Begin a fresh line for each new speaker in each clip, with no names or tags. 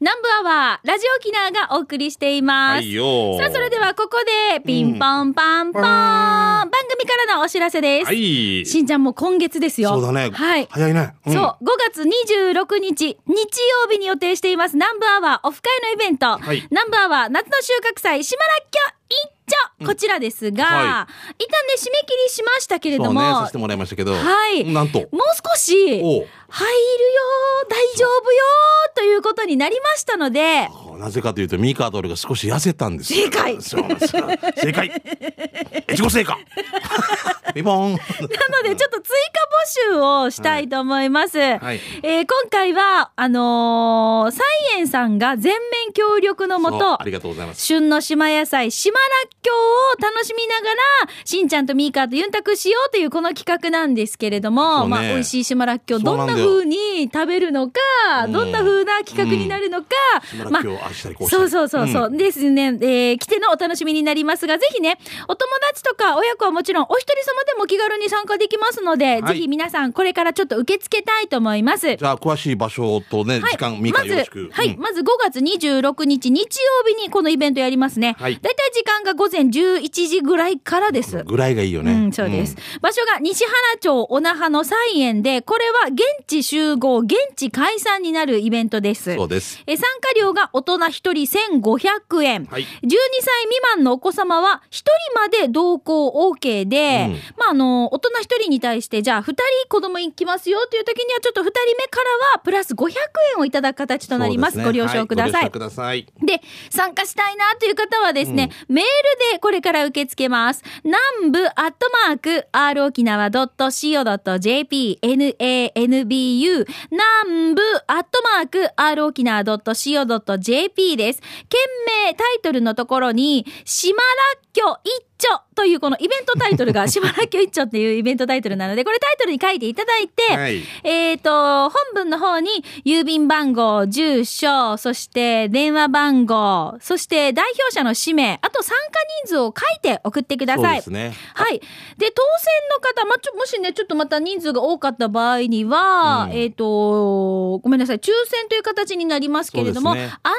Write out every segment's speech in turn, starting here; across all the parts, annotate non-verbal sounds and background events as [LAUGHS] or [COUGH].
南部アワー、ラジオキナーがお送りしていま
は
す。
いよ。
さあ、それではここで、ピンポンパンポーン、番組からのお知らせです。
はい。
しんちゃんも今月ですよ。
そうだね。
はい。
早いね。ん
そう、5月26日、日曜日に予定しています、南部アワーオフ会のイベン
は
ト、
い
南部アワー夏の収穫祭、島らっきょ一丁、こちらですが、
は
一旦ね、締め切りしましたけれ
そ
ど
う
も、
ね、させてもらいましたけど。
はい
なんと。
もう少し、入るよ
おう
ー、大丈夫よー、ということになりましたので、
なぜかというと、ミカドルが少し痩せたんですよ
正解
そうなんですよ正解
[LAUGHS]
越後成果リボン
なので、ちょっと追加募集をしたいと思います。
はい
えー今回は、あのーサイエンさんが全面協力のも
そう
と
あ、りがとうございます。
旬の島野菜、島らっきょうを楽しみながら、しんちゃんとミーカーとユンタクしようというこの企画なんですけれども、
そうね
まあ、美味しい島らっきょう、
そ
ど
うんな
なん
だよ
風に食べるのか、
うん
どんな風な企画になるのか、
島
まあ
らっきょうを愛したりこうしたり
そうそうそうそう、ですね、えー来てのお楽しみになりますが、ぜひね、お友達とか親子はもちろん、お一人様でも気軽に参加できますので、
はい
ぜひ皆さん、これからちょっと受け付けたいと思います。
じゃあ、詳しい場所とね、時間、ミカ
ま
よろ
ず
しく。、
はい、
うん
まず5月26日日曜日にこのイベントやりますね。
は
大
い
体だいたい時間が午前11時ぐらいからです。
ぐらいがいいよね。
うん、そうです。場所が西原町小那覇の菜園で、これは現地集合、現地解散になるイベントです。
うん。そうです。
え参加料が大人1人1500円。
はい。
12歳未満のお子様は1人まで同行 OK で、
うん
まああの、大人1人に対して、じゃあ2人子供行きますよという時には、ちょっと2人目からはプラス500円をいただく形となります。
そうでね
ご了承くださ。
はいご了承ください。
で、参加したいなという方はですね、メールでこれから受け付けます。南部アットマーク、r 沖縄 .co.jp、nanbu、南部アットマーク、r 沖縄 .co.jp です。件名、タイトルのところに、島らっきょ一丁というこのイベントタイトルが、島らっきょ一丁っていうイベントタイトルなので、これタイトルに書いていただいて、
はい。
えー、と、本文の方に、郵便番号、住所、そして電話番号、そして代表者の氏名、あと参加人数を書いて送ってくだ
そう
さい。
ですね。
はい。で、当選の方、まあ、ちょ、もしね、ちょっとまた人数が多かった場合には、
うん
えっ、と、ごめんなさい、抽選という形になりますけれども、
そうですね
案内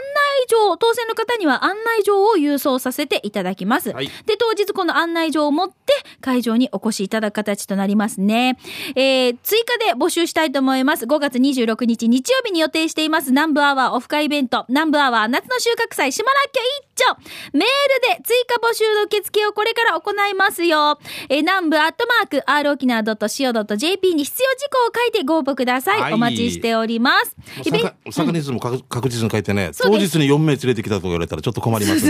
状、当選の方には案内状を郵送させていただきます。
はい
で、当日この案内状を持って会場にお越しいただく形となりますね。えー、追加で募集したいと思います。5月26日日曜日に予定しています南部アワーオフ会イベント、南部アワー夏の収穫祭島らっきょ一丁メールで追加募集の受付をこれから行いますよ。えー、南部アットマーク、r 沖縄 .co.jp に必要事項を書いてご応募ください。
はい
お待ちしております。
もう
イベン
坂坂根数も確確実に書いてね、
そ
当
う
日
です
に4名連れてきたとか言われたらちょっと困りますんで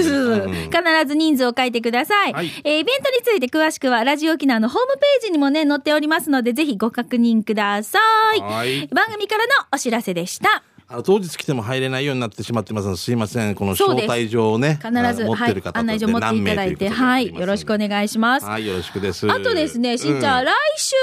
ね。うん
必ず人数を書いてください、
はい
えーイベントについて詳しくはラジオ沖縄のホームページにもね載っておりますのでぜひご確認ください
はい
番組からのお知らせでした
あの当日来ても入れないようになってしまってますのですいませんこの
そう
招
です
待状をね
必
あ
ず、
の持っ
は
て
い
る、方
案内状持っていただいて、はい、よろしくお
いし
願いします。
はいよろしくです
あとですね、しんちゃん、
う
来週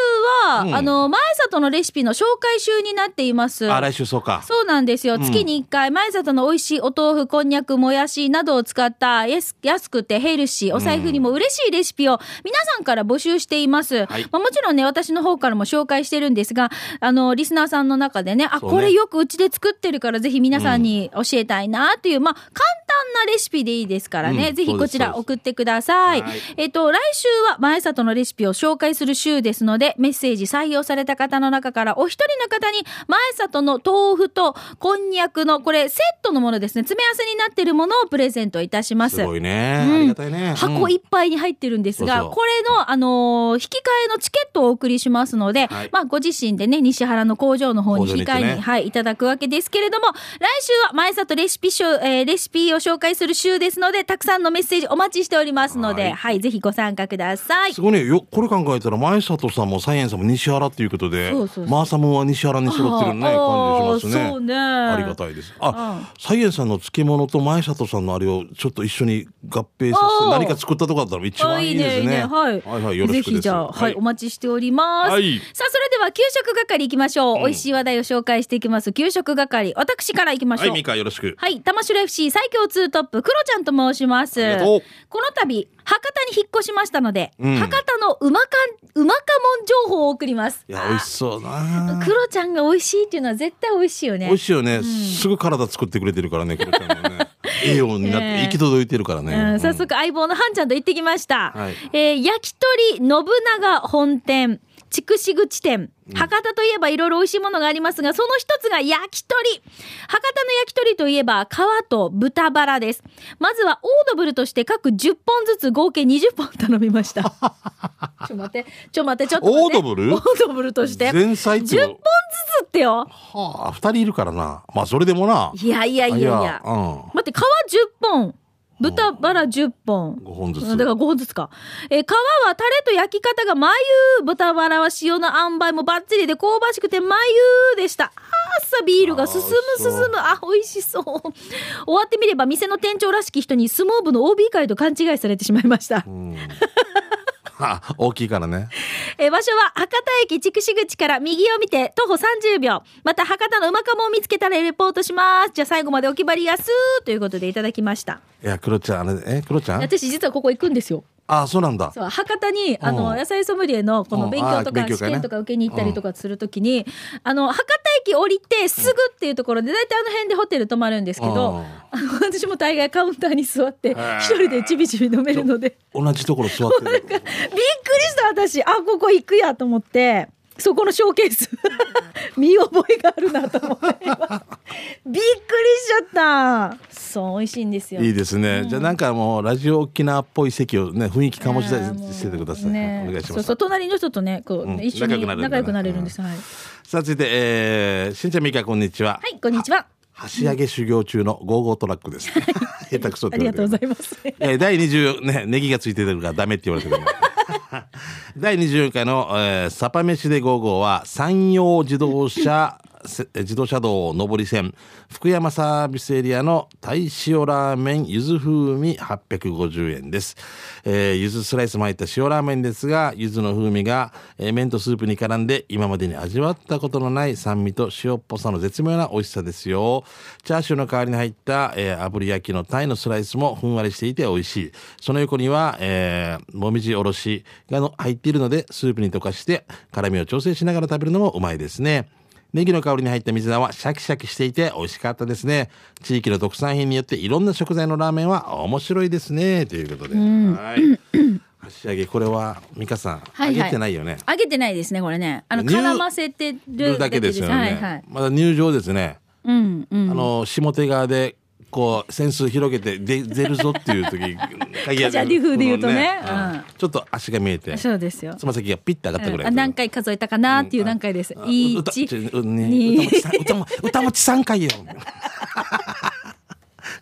は、
うん
あの、前里のレシピの紹介週になっています。
あ来週そうか
そうなんですよ。
ん
月に1回、前里の美味しいお豆腐、こんにゃく、もやしなどを使った安安くてヘルシー、お財布にも嬉しいレシピを皆さんから募集しています。
はい
まあ、もちろんね、私の方からも紹介してるんですが、あの、リスナーさんの中でね、あ、
そうね
これよくうちで作ってるから、ぜひ皆さんに教えたいなという、まあ、簡単なレシピでいいですからね、
うん
ぜひこちら
そうですそうです
送ってください。
はい
えっと、来週は前里のレシピを紹介する週ですので、メッセージ採用された方の中からお一人の方に、前里の豆腐とこんにゃくの、これセットのものですね、詰め合わせになっているものをプレゼントいたします。
すごいね、
うん
ありがたいね
箱いっぱいに入ってるんですが、
そうそう
これの、あのー引き換えのチケットをお送りしますので、
はい
まあ、ご自身でね、西原の工場の方に
工場
引き
に
換
行って
えに、
ね
はい、いただくわけですけれども、来週は前里レシピショー、えーレシピを紹介する週ですので、たくさんのメッセージお待ちしておりますので、は、
はいい
ぜひご参加ください
す。ごいねよこれ考えたら前里さんもサイエンさんも西原っていうことで
そうそうそう
マーサムは西原に揃ってるね
あー
感じします
あー
ね
そうね
ありがたいですあ、サイエンさんの漬物と前里さんのあれをちょっと一緒に合併させ
あー
て何か作ったとこだったら一
あ
番いいですね
いいねいいねはい
はいはいよろ
ぜ
しくです
ひじゃあ、はい、お待ちしております。
はい
さあ、それでは給食係行きましょう。
ん
美味しい話題を紹介していきます。給食係、私から行きましょう。
はい、ミカよろしく。
はい、玉城 FC 最強2ルトップ、クロちゃんと申しま
あり
す。
がとう
この度、博多に引っ越しましたので、
うん
博多のうまか、うまかもん情報を送ります。
いや美味しそうだな
クロちゃんが美味しいっていうのは絶対美味しいよね。
美味しいよね、
ん
すぐ体作ってくれてるからね、これちゃ
[LAUGHS]
んはね。栄養になっ
ねえ
て、行き届いてるからね。
うん、早
うん
速相棒のハンちゃんと行ってきました。
はい
えー焼き鳥信長本店、筑紫口店。博多といえばいろいろ美味しいものがありますが、その一つが焼き鳥。博多の焼き鳥といえば皮と豚バラです。まずはオードブルとして各10本ずつ合計20本頼みま
[LAUGHS]
した。ちょ待って、ちょ待って、ちょっと待って。
オードブル
オードブルとして。10
前菜ってい
本
う
ず
の
つってよ。
はあ、二人いるからな。まあ、それでもな。
いやいやいやい
あ
や。
う
待って、皮10本。豚バラ10本
ん。。5本ず
だから
つ。
5本ずつか。えー皮はタレと焼き方が眉、豚バラは塩の塩梅もバッチリで香ばしくて眉でした。あーさ、ビールが進む
あー
進む。あ、美味しそう。終わってみれば店の店長らしき人に相撲部の OB 会と勘違いされてしまいました。
うん。 [LAUGHS] はあ大きいからね。
えー場所は博多駅筑紫口から右を見て徒歩30秒。また博多のうまかもを見つけたらレポートします。じゃあ最後までお決まりやすーということでいただきました。
いや、クロちゃん、あれ、え、クロちゃん
私実はここ行くんですよ。
あ、そうなんだ。
そう博多にあ
う
の
ん
野菜ソムリエのこ
う
の
ん
勉強と
あー勉
か
強会ね
試験とか受けに行ったりとかするときに、あの博多駅降りてすぐっていうところで大体あの辺でホテル泊まるんですけ
う
ど
ん、
あの私も大概カウンターに座って
ー
一人でちびちび飲めるので
同じところ座ってる。
びっくりした私あここ行くやと思ってそこのショーケース見覚えがあるなと思って今びっくりしちゃったそう美味しいんですよ
いいですね。じゃあなんかもう、ラジオ沖縄っぽい席をね、雰囲気醸し出しててください。お
ね
願いし
そ
ま
うそう
す。
隣の人とね、こう、
うん
一緒に
仲良くなれるんだね
仲良くなれるんです。はい。
さあ、続いて、えー、しんちゃんみーか、こんにちは。
はい、こんにちは。
箸上げ修行中のゴーゴートラックです。 [LAUGHS] 下手くそっ
あ
て
り
言
が
わ
と
れて
うござい
る
ます。
[LAUGHS] えー第24ね、ネギがついてるからダメって言われてる。 [LAUGHS] 第24回の、えーサパ飯で5号は、山陽自動車、せ自動車道上り線、福山サービスエリアの大塩ラーメンゆず風味850円です。えー、ゆずスライスも入った塩ラーメンですが、ゆずの風味が、えー麺とスープに絡んで、今までに味わったことのない酸味と塩っぽさの絶妙な美味しさですよ。チャーシューの代わりに入った、えー炙り焼きのタイのスライスもふんわりしていて美味しい。その横には、えーもみじおろしがの入っているので、スープに溶かして、辛みを調整しながら食べるのもうまいですね。ネギの香りに入った水菜はシャキシャキしていて美味しかったですね。地域の特産品によっていろんな食材のラーメンは面白いですね。ということで。はい。箸上げ、これは、美香さん、
はいはい
揚げてないよね。
あげてないですね、これね。あの、
ニュー
絡ませてる
だけですよね。
はいはい。
まだ入場ですね。
うん、うん。
あの下手側でこう扇子広げてで出るぞっていう
[LAUGHS]
時鍵
カジャリ風で言うとね
こ
う
の
ん
ちょっと足が見えてつ
そうですよ。
ま先がピッて上がったぐ
うん
らい、
あ何回数えたかなっていう段階です。
あ
一、
歌ちょうん
二
ね歌持ちさん歌も歌持ち三回よ [LAUGHS]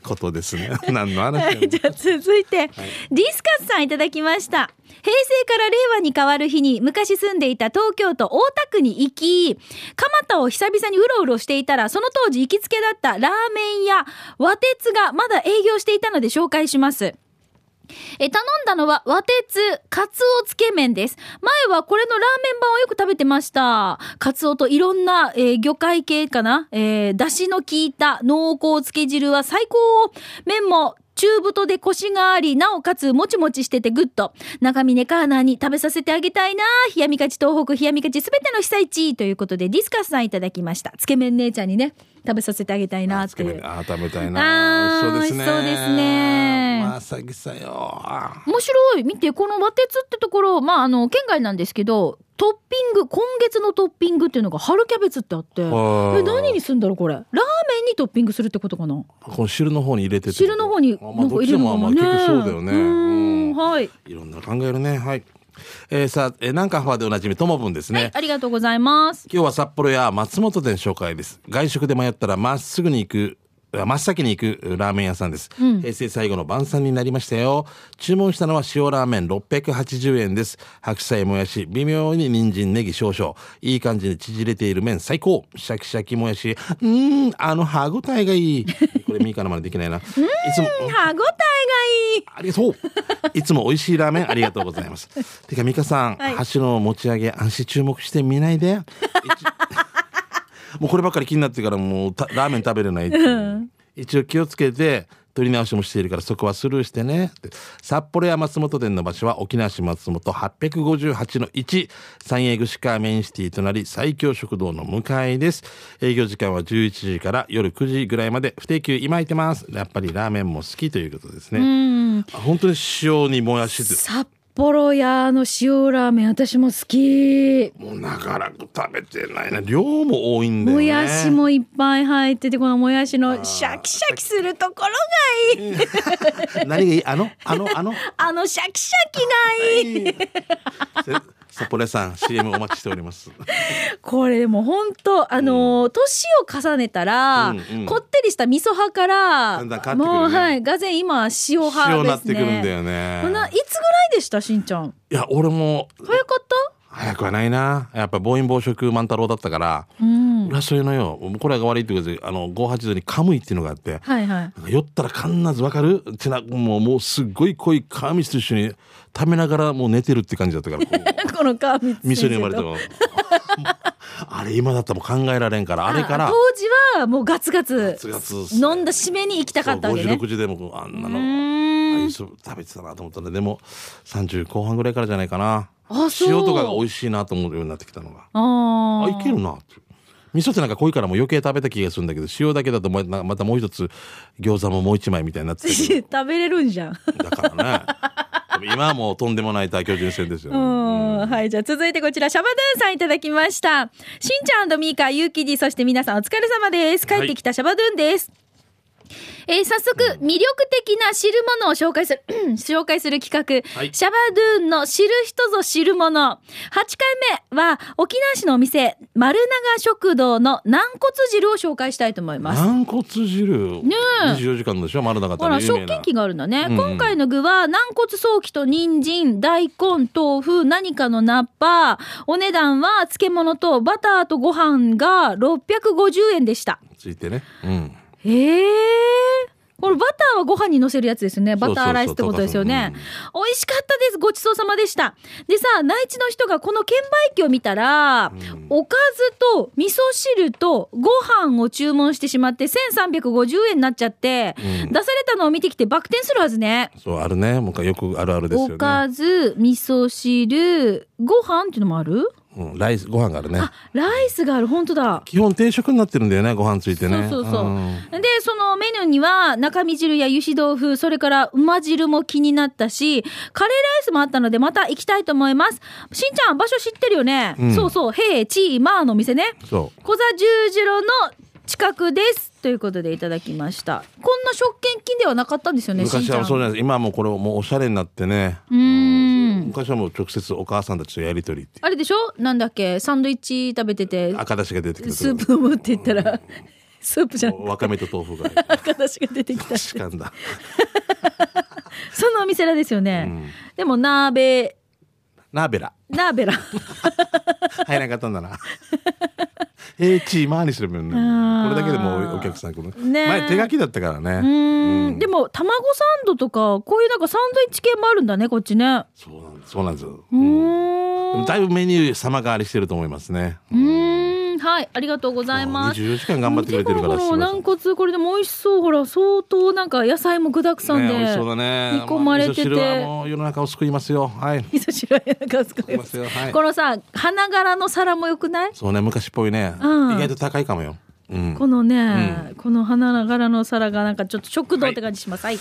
ことですね何の話
[LAUGHS] はい、じゃあ続いて、ディスカスさんいただきました。平成から令和に変わる日に昔住んでいた東京都大田区に行き、蒲田を久々にうろうろしていたら、その当時行きつけだったラーメン屋和鉄がまだ営業していたので紹介します。え、頼んだのは和鉄カツオつけ麺です。前はこれのラーメン版をよく食べてました。カツオといろんな、えー魚介系かなえー、だしの効いた濃厚つけ汁は最高麺も中太でコシがあり、なおかつもちもちしててグッド。中峰カーナーに食べさせてあげたいな冷やみかち東北、冷やみかちすべての被災地ということでディスカスさんいただきました。つけ麺姉ちゃんにね、食べさせてあげたいな
あ
っ
つ
て
け
いう。
麺あ食べたいな
あー
美味しそうですね
美味しそうですね
まさきさよあ
面白い見てこの和鉄ってところまああの県外なんですけどトッピング今月のトッピングっていうのが春キャベツってあってえ
ー
何にすんだろうこれラーメンにトッピングするってことかな
この汁の方に入れてってこと
汁の方に
あ
なん
まあ
か
どっ
入れ
ちで
る
も
の
ま
か
あ
ね
結局そうだよね
うーんはい
いろんなの考えるね。はい。えーさあ、えー、南関ファでおなじみ、ともぶんですね。
はいありがとうございます
今日は札幌や松本店紹介です。外食で迷ったらまっすぐに行く。あ真っ先に行くラーメン屋さんです、平成最後の晩餐になりましたよ注文したのは塩ラーメン680円です白菜もやし微妙に人参ネギ少々いい感じに縮れている麺最高シャキシャキもやしうーんあの歯ごたえがいいこれミーカのまでできな
[LAUGHS]
いないつも
歯ごたえ
ありがとう。いつも美味しいラーメンありがとうございます。てか、美香さん、
はい
箸の持ち上げ、足注目してみないで。もうこればっかり気になってからもうたラーメン食べれないっていう一応気をつけて、取り直しもしているからそこはスルーしてねって札幌や松本店の場所は沖縄市松本858の1三栄串川メインシティとなり最強食堂の向かいです営業時間は11時から夜9時ぐらいまで不定休今空いてますやっぱりラーメンも好きということですねあ本当に塩にもやしって
札幌屋の塩ラーメン私も好き
もう長らく食べてないな量も多いんだよ
も
ね
やしもいっぱい入っててこのもやしのシャキシャキするところがいい
何がいいあのあのあの
あのシャキシャキがいい
せ札幌屋さん CM お待ちしてお
[LAUGHS]
ります
これでも本当あのー年、を重ねたら、
うんうん
こってりした味噌派から
だんだん変わってくるね
もうはいがぜん今は塩
必要にな
派
っ
です
てくるんだ
ね
よ
こんない
ね
つぐらいでしたしんちゃん
いや俺も
早かっ
早くはないなやっぱ暴飲暴食万太郎だったから、
たうん
俺はそういうのよこれが悪いってことであの580にカムイっていうのがあって
はいはい
なんか酔ったら必ずわかるちなもうもうすっごい濃い川水と一緒に食べながらもう寝てるって感じだったからこう
この川光 [LAUGHS]
味
先生
噌に生まれて
と
も [LAUGHS] あれ今だったらもう考えられんからあれから
あ当時はもうガツガツ
ガツガツ
飲んだ締めに行きたかったわけ
そう
ね
5時6時でもあんな
う
のア
ーん
イス食べてたなと思ったねでも30後半ぐらいからじゃないかな
あそう
塩とかが美味しいなと思うようになってきたのが
あ
あ
あ
いけるなって味噌ってなんか濃いからもう余計食べた気がするんだけど塩だけだとまなまたもう一つ餃子ももう一枚みたいになってたけ
[LAUGHS] 食べれるんじゃん
どだ
[LAUGHS]
からねでも今はもうとんでもない大巨人戦ですよ、
うんはい、じゃあ続いてこちら、シャバドゥンさんいただきました。しんちゃんミーカ、ゆうきじ、そして皆さんお疲れ様です。帰
はい
ってきたシャバドゥンです。えー早速、魅力的な知るものを紹介する、 [CLEARS THROAT] 紹介する企画、
はい
シャバドゥンの知る人ぞ知るもの。8回目は、沖縄市のお店、丸長食堂の軟骨汁を紹介したいと思います。
軟骨汁、
ねえ
24時間でしょ丸永
ほ
た
ら、
ら有
食
名な
券機があるんだね。
うんうん
今回の具は、軟骨早期と人参、大根、豆腐、何かのナッパ。お値段は、漬物とバターとご飯が650円でした。
ついてね、うん、
ええこれバターはご飯にのせるやつですよね。バターライスってことですよね
そうそう。
美味しかったです。ごちそうさまでした。でさ、内地の人がこの券売機を見たら、
ん
おかずと味噌汁とご飯を注文してしまって1350円になっちゃって、
うん
[LAUGHS] 出されたのを見てきてバク転するはずね。
そうあるねもう一回よくあるあるですよね
おかず、味噌汁、ご飯っていうのもある
うん、ライスご飯があるね
あ、ライスがある。本当だ。
基本定食になってるんだよねご飯ついてね
そうそうそう。
ん
で、そのメニューには、中身汁や油脂豆腐、それから馬汁も気になったし、カレーライスもあったので、また行きたいと思います。しんちゃん、場所知ってるよね、
うん
そうそう、へい、ちい、まーのお店ね。
そ
小座十字路の近くです。ということでいただきました。こんな食券金ではなかったんですよ
う
ね、しん
昔
ちゃ
は
ん。
そう
う
じゃないです今はもうこれもうおしゃれになってね
ーん。
昔はもう直接お母さんたちとやりとりっていう
あれでしょなんだっけサンドイッチ食べてて、
赤だしが出てくる
スープ飲むって言ったら、スープじゃん。
わかめと豆腐が
赤だしが出てきたって。
確かんだ
そのお店らですよね。でも、鍋、
ナーベラ
鍋ら。
入らなかったんだなえー、チーマーにすればいいの
あー
にこれだけでもうお客さん来る、
ねえ
前手書きだったからね、
うーん。でも、卵サンドとか、こういうなんかサンドイッチ系もあるんだね、こっちね。
そうなんそうなんですよ、
うーん。う
だいぶメニュー様変わりしてると思いますね
ーん。はい、ありがとうございます。
24時間頑張ってくれてるか
見
ら
て
す
ほ
ごい
らほら軟骨これでも美味しそうほら相当なんか野菜も具沢山で、
ね、美味しそうだね
煮込まれてて
味噌汁はもう世の中を救いますよはい
[LAUGHS] 味噌汁はやらかすか
いますよはい
このさ花柄の皿も良くない
そうね昔っぽいね、
うん
意外と高いかもようん
このね、この花柄の皿がなんかちょっと食堂って感じします。はい。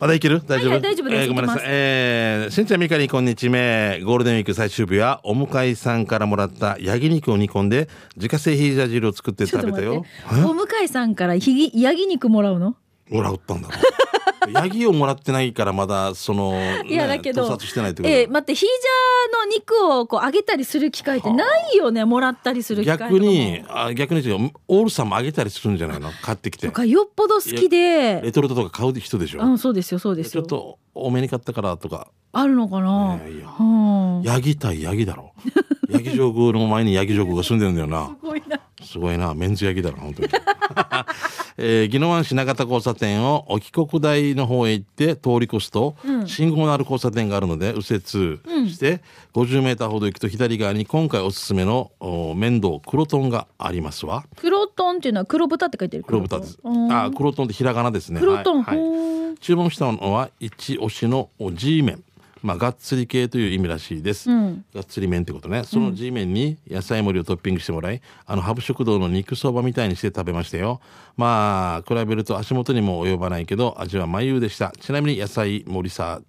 まだいける大丈
はい
夫、
はい大丈夫です
えーごめんな
い
さ
けます
い。えー、しんちゃんみかりんこんにちめ。ゴールデンウィーク最終日は、お向かいさんからもらった焼肉を煮込んで、自家製ヒージャー汁を作って
ちょっ
食
と
べた
待って。
よ。
お向かいさんからひぎヤギ肉もらうの？
もらったんだろう。 [LAUGHS] ヤギをもらってないから、まだ、その、
いやだけど。
盗撮してないってことだ
えー、待ってヒージャーの肉をこう揚げたりする機会ってないよね。もらったりする機会とか
逆
も
に、あ逆に違う、オールさんもあげたりするんじゃないの買ってきて
と。かよっぽど好きで
レ。トルトとか買う人でしょ。
うんそうですよそうです
ちょ
よ。
っと多めに買ったからとか、
あるのかな。
ねえいや
うん。
ヤギ対ヤギ
[LAUGHS]
だろ。ヤギ上宮の前にヤギ上宮が住んでるんだよな。
すごいな。
すごいな、メンズ焼きだな、本
[LAUGHS]
当に。えー、宜野湾市中田交差点を沖国大の方へ行って通り越すと、
ん
信号のある交差点があるので右折して、50メーターほど行くと左側に今回おすすめのお面倒黒トンがありますわ。
黒トンっていうのは黒豚って書いてる
黒豚です。
うん
あ、黒豚ってひらがなですね。
黒豚
はいはい
ほう
注文したのは一押しの G 麺。まあ、がっつり系という意味らしいです。
うん
がっつり麺ってことね。その G 麺に野菜盛りをトッピングしてもらい、あの、ハブ食堂の肉そばみたいにして食べましたよ。まあ、比べると足元にも及ばないけど、味は眉でした。ちなみに野菜盛りサー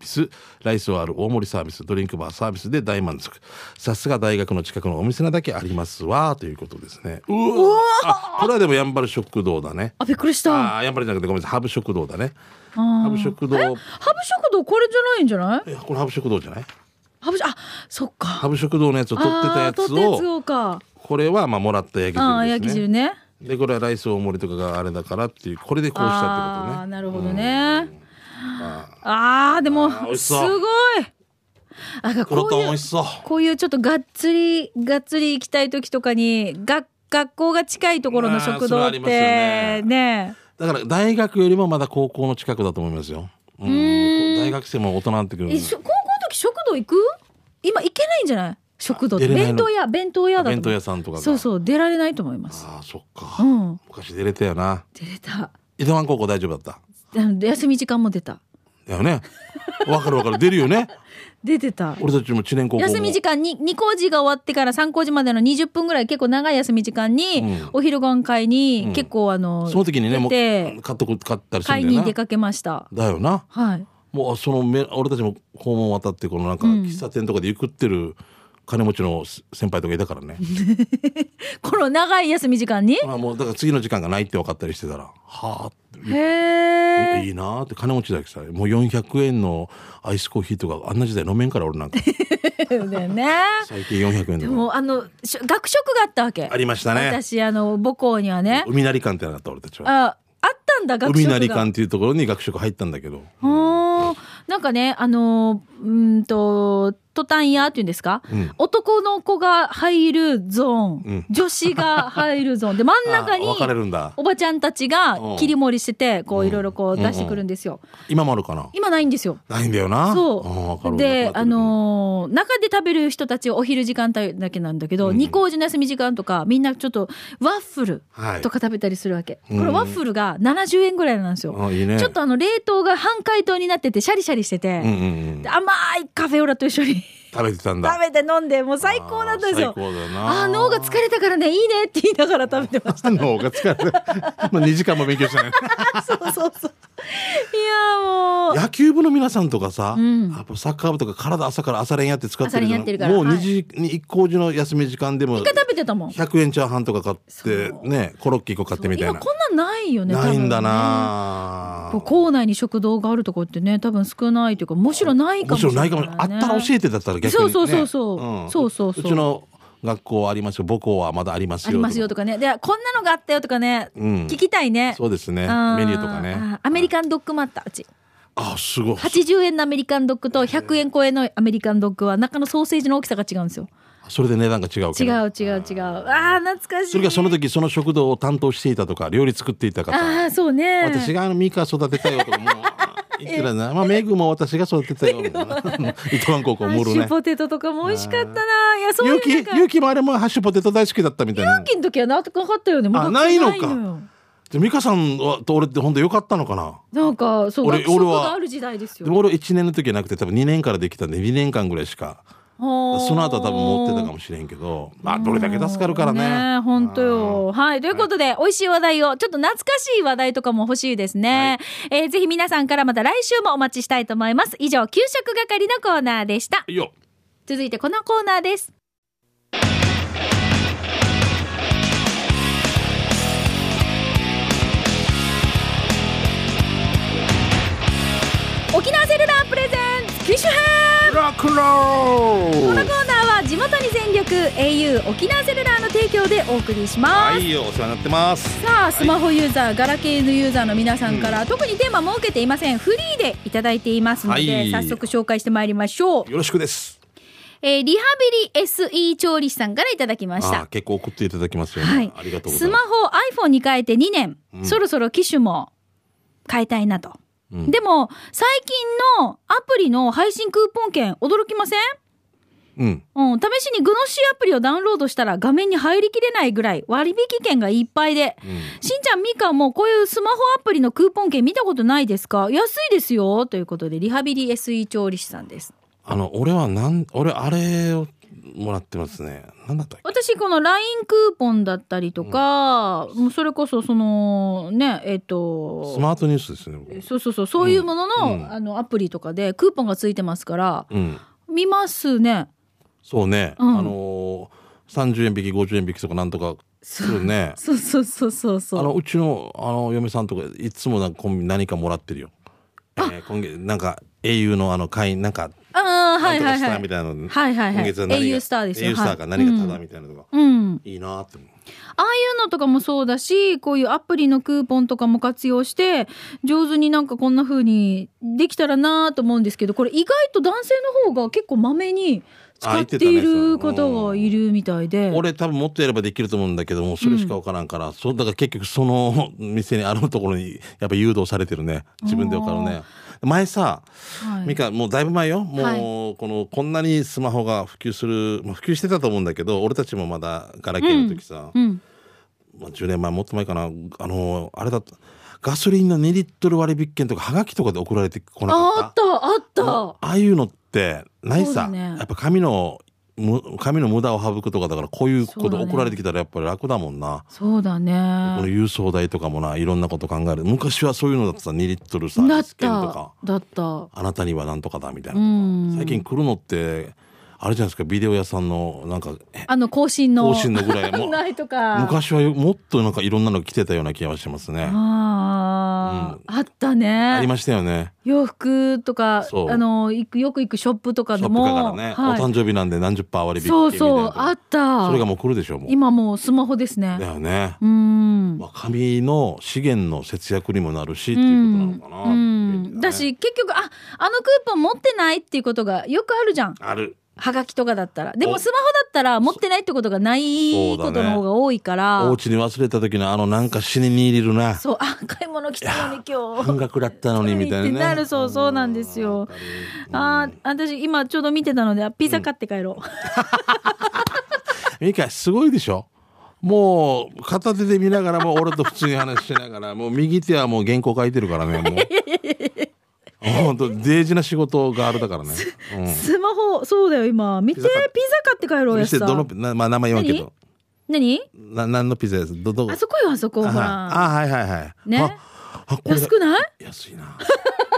ビス、ライスはある大盛りサービス、ドリンクバーサービスで大満足。さすが大学の近くのお店なだけありますわ、ということですね。うわあ、これはでもやんばる食堂だね。
あびっくりした
ああ、やんばるじゃなくてごめんなさい。ハブ食堂だね。
ハ
ハブ食堂。
ハブ食堂これじゃないんじゃない
えこれハブ食堂じゃない
ハブ食あそっか
ハブ食堂のやつを取ってたや
あー
つ
取ってたやつ
を、
をか
これはまあもらった焼き
ああー
汁
焼
で
き
す
汁
ね。
ね
で、これはライス大盛りとかがあれだからっていう、これでこうしたってこと
あー
ね。
なるほど
うん。
ね、あーでも
あー美味し
す
そう
ごいあだか
ク
ら
ロ
こ
ト
う
ン
い
美
う
味しそう。
こういうちょっとがっつりがっつり行きたい時とかにが学校が近いところの食堂
まあ
っ
それあり
て
ますよ
ね
ねだから大学よりもまだ高校の近くだと思いますよ。うん
ーん
大学生も大人になってくるん
え
で。
しょ高校の時食堂行く今行けないんじゃない食堂って
あ出れない
弁
の
当屋弁当屋だと思
弁
う
当屋さんとかが。
そうそう出られないと思います
ああ、そっ
う
か。
ん
昔出れたよな。
出れた
糸満高校大丈夫だった。
あの休み時間も出た
だ
[LAUGHS]
よね。わかるわかる。出るよね。
出てた
俺たちも知念高校も。
休み時間に2工事が終わってから3工事までの20分ぐらい結構長い休み時間に、
うん
お昼ご飯会に、
うん
結構あの
その時にね、
出
もう
て
買っとこ買ったりする
会
んだ
に
よ
出
な。
かけました
だよな。
はい
もうそのめ俺たちも訪問渡ってこのなんか
うん
喫茶店とかでゆくってる金持ちの先輩とかいたからね。 [LAUGHS]
この長い休み時間に
まあもうだから次の時間がないって分かったりしてたら、は
へえ
あ、いいなーって金持ちだけどさ、もう400円のアイスコーヒーとかあんな時代飲めんから俺なんか
[LAUGHS] だよね
最近400円
で
とか
もあのしょ学食があったわけ
ありましたね。
私あの母校にはね
海なり館ってのがあった俺たちは。
ああったんだ学食
海
が
なり館っていうところに学食入ったんだけど。
おーなんかねあのーうーんとトタン屋っていうんですか、
うん
男の子が入るゾーン、
うん
女子が入るゾーンで真ん中に
あー分かれるんだ。
おばちゃんたちが切り盛りしててこういろいろこう
うん
出してくるんですよ、
今もあるかな。
今ないんですよ
ないんだよな。ん
そ
分か
う
る
で
分か
あ
ってる
のー中で食べる人たちはお昼時間帯だけなんだけど、
うん
二工事の休み時間とかみんなちょっとワッフル
はい
とか食べたりするわけ、
うん
これワッフルが70円ぐらいなんですよ、
あいいね。
ちょっとあの冷凍が半解凍になっててシャリシャリしてて、
うんうんうん
で甘いカフェオラと一緒に
食べてたんだ
食。べて飲んでもう最高だったんですよ
あー最高だよな
ああー脳が疲れたからねいいねって言いながら食べ
[LAUGHS]
てました
脳が疲れて。まあ2時間も勉強して
[LAUGHS]
ない。
そうそうそういやーもう
野球部の皆さんとかさ、
うん
やっぱサッカー部とか体朝から朝練やって使ってるじゃん
朝練やってるから
もう
はい
2時に1工事の休み時間でも
一回食べてたもん
100円チャーハンとか買って
そう
ね、コロッケ1個買ってみたい
今
な。
こんなんないよね
ないんだ
多分ね
な
こう校内に食堂があるとこってね多分少ないというかむしろないか
む
も
し
しれ
ろ
な、
ないい
ね、
かもしれない。あったら教えてだったら逆に、ね。
そうそうそうそうそうそうそう
うちの学校はありますよ。母校はまだあります
あ
よ。
りますよとかねでこんなのがあったよとかね、
うん
聞きたいね
そうですね。
あ
メニューとかね。
あアメリカンドッグもあったうち
あ、すごい。
80円のアメリカンドッグと100円超えのアメリカンドッグは中のソーセージの大きさが違うんですよ
それで値段が違うわ
違
け
う
ね
違う違うあー懐かしい
それがその時その食堂を担当していたとか料理作っていた方
ああそうね
私があのミカ育てたよとかもう
[LAUGHS]
言ってらんないまあメグも私が育てたよみたいな糸満高校
ハ
も
ッ
ろ
シ
ね
ュポテトとかも美味しかったないやそういう
勇気
なんか
勇気もあれもハッシュポテト大好きだったみたいな
勇気の時はなかったよねもう
あないのか
よ
でミカさんはと俺って本当良かったのかな
なんかそう
俺
学食
俺は
がある時代です
で
よ
俺1年の時はなくて多分2年からできたんで2年間ぐらいしかそ
そ
の後は多分持ってたかもしれんけどまあどれだけ助かるからね
本当よ。はい。ということで、美味しい話題を、ちょっと懐かしい話題とかも欲しいですね。えーぜひ皆さんからまた来週もお待ちしたいと思います。以上、給食係のコーナーでした。
いいよ
続いてこのコーナーです。沖縄セルラープレゼンツ機種編
ロックンロー
このコーナーは地元に全力 au 沖縄セルラーの提供でお送りします、
はいよお世話になってます
さあスマホユーザー、ガラケーのユーザーの皆さんから、特にテーマ設けていませんフリーでいただいていますので、
はい
早速紹介してまいりましょう、
よろしくです
えーリハビリ SE 調理師さんからいただきまし
あー
た
結構送っていただきますよね、
はい
ありがとうござ
ス
いま
マ
す
ホ iPhone に変えて2年、
うん
そろそろ機種も変えたいなとでも最近のアプリの配信クーポン券驚きません
うん。
うん、試しにグノシーアプリをダウンロードしたら画面に入りきれないぐらい割引券がいっぱいで、しんちゃんみかんもこういうスマホアプリのクーポン券見たことないですか安いですよということでリハビリ SE 調理師さんです
あの、俺はなん、俺、あれをもらってますね。なんだったっけ
私この LINE クーポンだったりとか、もうそれこそそのねえっ、と
スマートニュースですね。僕
そうそうそうそういうものの,、
うん
あのアプリとかでクーポンがついてますから
うん。
見ますね
そうね。
うん
あのー、30円引き、50円引きとかなんとかするね。
そうそうそうそうそう
あのうちのあの嫁さんとかいつもなんかコンビニ何かもらってるよ。えー、今月なんか au のあの会員なんか
ああ
な
は
ん
い
とか
は
ス
い
タ
は
ーみ
い
たいなの。
はいはいは
今
い
月は何が
au スターですよ
au スターが何がた
は
だ
い
みたいなのとか、
うん
いいなーって思う。
ああいうのとかもそうだしこういうアプリのクーポンとかも活用して上手になんかこんな風にできたらなと思うんですけどこれ意外と男性の方が結構まめに
あ
使
言
っ
って
て
たね
いる方がいるみたいで。
俺多分もっとやればできると思うんだけどもそれしかわからんから、そうだから結局その店にあるところにやっぱ誘導されてるね自分でわかるね前さ、
はい
ミカもうだいぶ前よもう、
はい
このこんなにスマホが普及する、まあ、普及してたと思うんだけど俺たちもまだガラケーの時さ、
うん、
まあ、10年前もっと前かなあのあれだったガソリンの2リットル割引券とかはがきとかで送られてこなかっ
ああっ
た
たあった
ああいうのってない
そうだ
さ、
ね
やっぱ紙のむ紙の無駄を省くとかだからこういうこ
そうだ
と
ね
送られてきたらやっぱり楽だもんな、
そうだ
この
ね
郵送代とかもないろんなこと考える昔はそういうのだってさ2リットルさ
だっ
スキャンと
た
か
だった
あなたにはなんとかだみたいな、
うん
最近来るのってあれじゃないですかビデオ屋さんのなんかえ
あの更新の
更新のぐらいも
[LAUGHS]
う
ないとか
昔はよもっとなんかいろんなの来てたような気がしますね
あー、あったね
ありましたよね
洋服とか
そう
あの行くよく行くショップとか
シ
で
ョップか
も
からね、
はい
お誕生日なんで何十パー割引券
そ
み
う
たいなの
そう
とか
あった
それがもう来るでしょもう
今もうスマホです
だ
ね
よね
うーん
まあ、紙の資源の節約にもなるし、って
う
いうんことなのかな、
うん
便利ね
だし結局ああのクーポン持ってないっていうことがよくあるじゃん
ある
はがきとかだったらでも
お
スマホだったら持ってないってことがない
そ
こ
うだ
と
ね
の方が多いから
お家に忘れた時のあのなんか死にに入れるな
そうあ買い物来たのに今日
半額だったのにみたいな、
って
ね、
なるそうそうなんですよ
うん
あー私今ちょうど見てたのであピザ買って帰ろう、
ミカすごいでしょもう片手で見ながらも俺と普通に話しながらもう右手はもう原稿書いてるからねもう本当大事な仕事があるだからね、う
スマホそうだよ今見てピ
ピ
ザ
ザ買っ、
買って帰ろうんや
そして
つ
どの
さ
なまあ名前言わんけど
何
な何のピザですどど
あそこよあそこほ
あ
ら
はいあはいはいはい
ね
ああこれ
安くない
安いな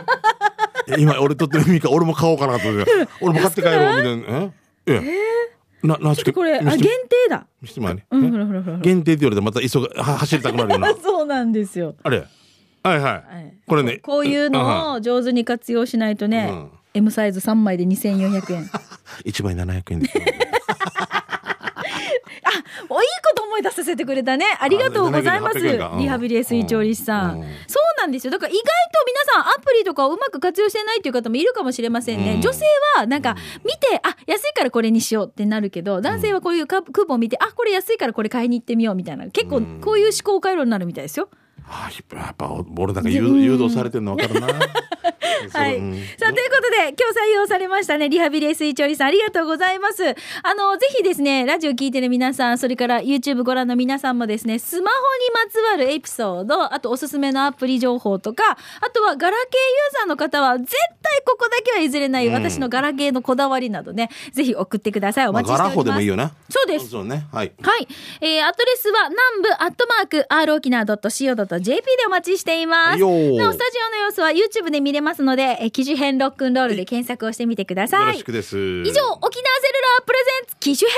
[LAUGHS] え今俺撮ってるミカ俺も買おうかなと思って俺も買って帰ろうみたいなえええななん
ちょ
す
っとこれあ
見せ
限
て
定だ
見せてもらえね
うんほ
え
らほらほらほ
限定って言われてまた急がは走りたくなるような
ら [LAUGHS] そうなんですよ
あれはいは
はい
いこれね
こういうの
を
[LAUGHS] を上手に活用しないとね、
うん
M サイズ3枚で2400円あ
1枚700円です
おいいこと思い出させてくれたねありがとうございます
あ700円かうん
リハビリ SE 調理師さん、
うん
そうなんですよだから意外と皆さんアプリとかをうまく活用してないという方もいるかもしれませんね、
うん
女性はなんか見てあ安いからこれにしようってなるけど男性はこういうカクーポン見てあこれ安いからこれ買いに行ってみようみたいな結構
うん
こういう思考回路になるみたいですよ
あやっぱ俺なんか誘導誘導されてるの分かるな
[LAUGHS] はい
そううん。
さあ、ということで、今日採用されましたね、リハビリ SE 調理さん、ありがとうございます。あの、ぜひですね、ラジオ聞いてる皆さん、それから YouTube ご覧の皆さんもですね、スマホにまつわるエピソード、あとおすすめのアプリ情報とか、あとはガラケーユーザーの方は、絶対ここだけは譲れない、私のガラケーのこだわりなどね、ぜひ送ってください。お
まあ
待ちし
ガ
てお
ラ
ります。
ホでもいいよな
そうです。
そうねはい
はい。えー、アドレスは南部アットマーク r 沖縄 .co.jp でお待ちしていま
は
す。な
いよ
お、スタ
ー
ジオの様子は YouTube で見れますので、えー、機種編ロックンロールで検索をしてみてくだ
よ
さ
ろ
い。以
し
上、
く
沖
です
縄セルラープレゼンツ機種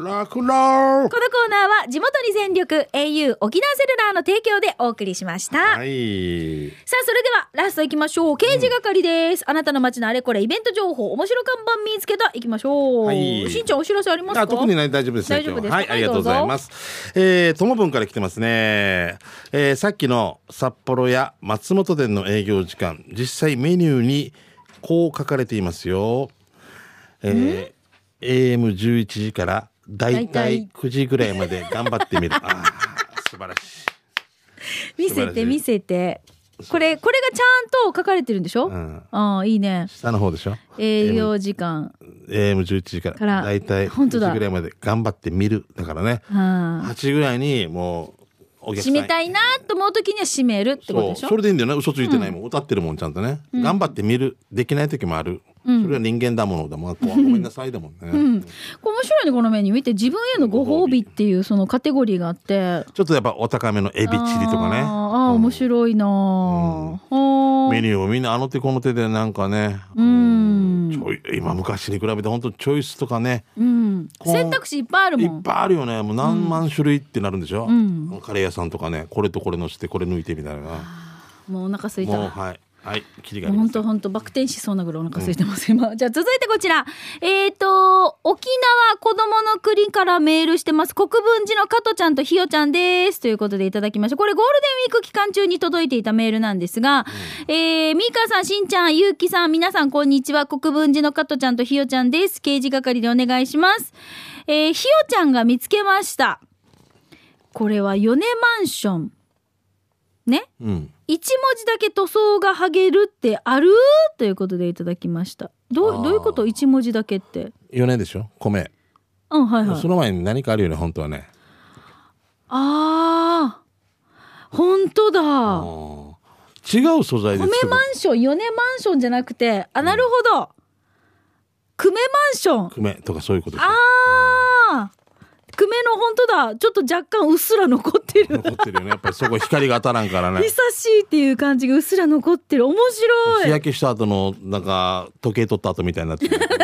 編
楽
こ
ロ
のコーナーは地元に全力 au 沖縄セルラーの提供でお送りしました。
はい
さあ、それではラスト行きましょう。刑事係です。あなたの街のあれこれイベント情報、面白看板見つけた。行きましょう。
はい
しんちゃんお知らせありますか
あ特にない大丈夫ですね
大丈夫です
今日ははい
はい
ありがとうございますえーともぶんから来てますねえーさっきの札幌や松本店の営業時間実際メニューにこう書かれていますよえー AM11 時からだいたい9時ぐら
[LAUGHS]
いまで頑張ってみるあー素晴らしい
見せて見せて。これ、これがちゃんと書かれてるんでしょ、
うん
ああ、いいね。
下の方でしょ
営業時間。
AM11 時から
から
だいたい
本
9
当だ
時ぐらいまで頑張って見るだからね
はあ、
8時ぐらいにもうお客さ
締
ん
めたいなと思う時には締めるってことでし
そ
ょ
うそれでいいんだよね嘘ついてないもん、歌ってるもんちゃんとね、頑張って見るできない時もある、それは人間だものだもんごめんなさいだもんね、ち
これ面白いね、このメニュー見て。自分へのご褒美っていうそのカテゴリーがあって。
ょっとやっぱお高めのエビチリとか
あー
ね
あー、面白いなあ、うん、
メニューをみんなあの手この手でなんかね、
うん。
ちょい今昔に比べて本当チョイスとかね
うん。
こう
選択肢いっぱいある
いっ
もん。
ぱいあるよねもう何万種類ってなるんでしょ、カレー屋さんとかねこれとこれのしてこれ抜いてみたいな
もうお腹空いた。
もうはいはい切りがありま
本
す
当本当バク転しそうなぐらいお腹空いてます、今。 [LAUGHS] じゃあ続いてこちら。えっ、と、沖縄子供の国からメールしてます。国分寺の加トちゃんとひよちゃんです。ということでいただきました。これゴールデンウィーク期間中に届いていたメールなんですが、えー、ミーカーさん、しんちゃん、ゆうきさん、皆さんこんにちは。国分寺の加トちゃんとひよちゃんです。刑事係でお願いします。えー、ひよちゃんが見つけました。これは米マンション。ね
うん
一文字だけ塗装が剥げるってあるということでいただきましたど
あ
う
ー
どういうこと一文字だけって
4年でしょ米、
うんはいはい
その前に何かあるよね本当はね
あー本当だ米
うん違う素材で作る
マンション米マンションじゃなくてあなるほど、久米マンション
米とかそういうことでしょ
あー久米の本当だちょっと若干うっすら残ってる
残ってるよねやっぱりそこ光が当たらんからね
[LAUGHS] 久しいっていう感じがうっすら残ってる面白い
日焼けした後のなんか時計取った後みたいに
[LAUGHS]
なってるそう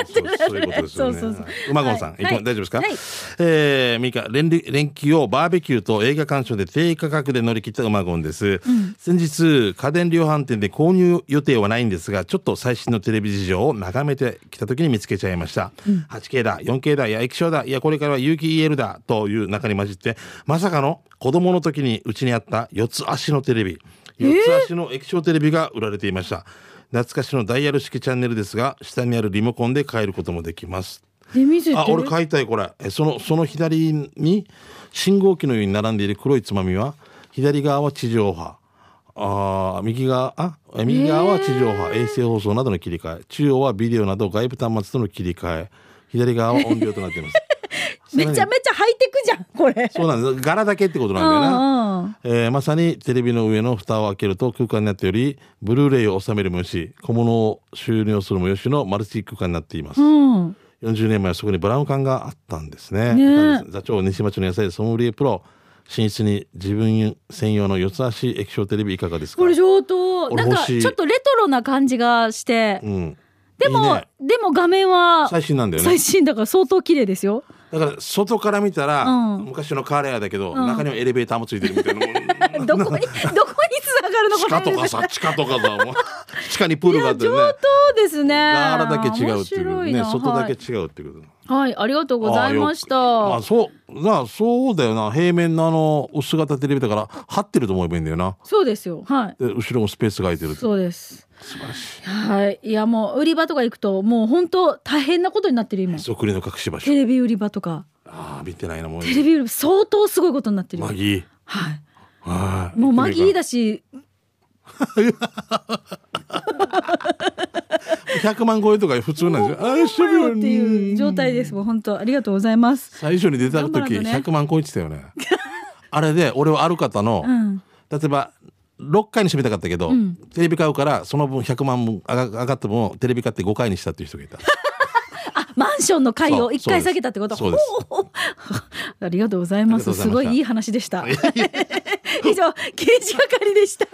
そういうことですよね
そうそうそう
はい馬込さん、
はい
いきま
はい
大丈夫ですか、
はい
えー、ミカ連り連休をバーベキューと映画鑑賞で低価格で乗り切った馬込です、先日家電量販店で購入予定はないんですがちょっと最新のテレビ事情を眺めてきた時に見つけちゃいました、8K だ 4K だいや液晶だいやこれからは有機 EL だという中に混じってまさかの子供の時にうちにあった四つ足のテレビ四つ足の液晶テレビが売られていました、懐かしのダイヤル式チャンネルですが下にあるリモコンで変えることもできます
で見せて [LAUGHS]
あ俺買いたいこれえそのその左に信号機のように並んでいる黒いつまみは左側は地上波あー右側あえ右側は地上波、衛星放送などの切り替え中央はビデオなど外部端末との切り替え左側は音量となっています
めちゃめちゃハイテクじゃんこれ
そうなんです柄だけってことなんだよな、
うんうん
えーまさにテレビの上の蓋を開けると空間になっておりブルーレイを収めるもよし小物を収納するもよしのマルチ空間になっています、
うん
40年前はそこにブラウン管があったんですね
ね
座長西町の野菜ソムリエプロ寝室に自分専用の四つ足液晶テレビいかがですか
これ上等
俺
なんか
欲しい
ちょっとレトロな感じがして、
うん、
でも
いいね
でも画面は
最新なんだよね
最新だから相当綺麗ですよ
だから外から見たら、
うん
昔のカーレアだけど、
ん
中にはエレベーターもついてるみたい [LAUGHS] なもう
どこにどこにつながるの
地
こ
下
れ
とかさ地下とか
[LAUGHS]
だもう地下にプールがあってね
上等ですね
ガーラだけ違うってい
面
う
白い
ね
な
外だけ違うっていうこと
はい、はい、ありがとうございました
ああそうなあそうだよな平面のあの薄型テレビだから張ってると思えばいいんだよな
そうですよはい
で後ろもスペースが空いてるって
そうです
素晴らし
はいいやもう売り場とか行くともう本当大変なことになってる今
いそっくりの隠し場所
テレビ売り場とか
ああ見てないなもう
テレビ売り場相当すごいことになってるよ
マギ
はい
ーはい
もうマギー
だ
だし
100万超えとか普通なんですよあーしょ
頑張
びよ
ろうっていう状態ですもう本当ありがとうございます
最初に出た
頑張
時
らんとね
100万超えてたよねあれで俺はある方の
うん
例えば6回に締めたかったけど、テレビ買うからその分100万分上が上がってもテレビ買って5回にしたっていう人
[LAUGHS]
がいた
あマンションの階
そ
を
う
一回下げたってこと
そうです
ほう [LAUGHS] ほうありがとうございます
ありがと
す
う
ご
ございました
いいい話でした以上刑事係でした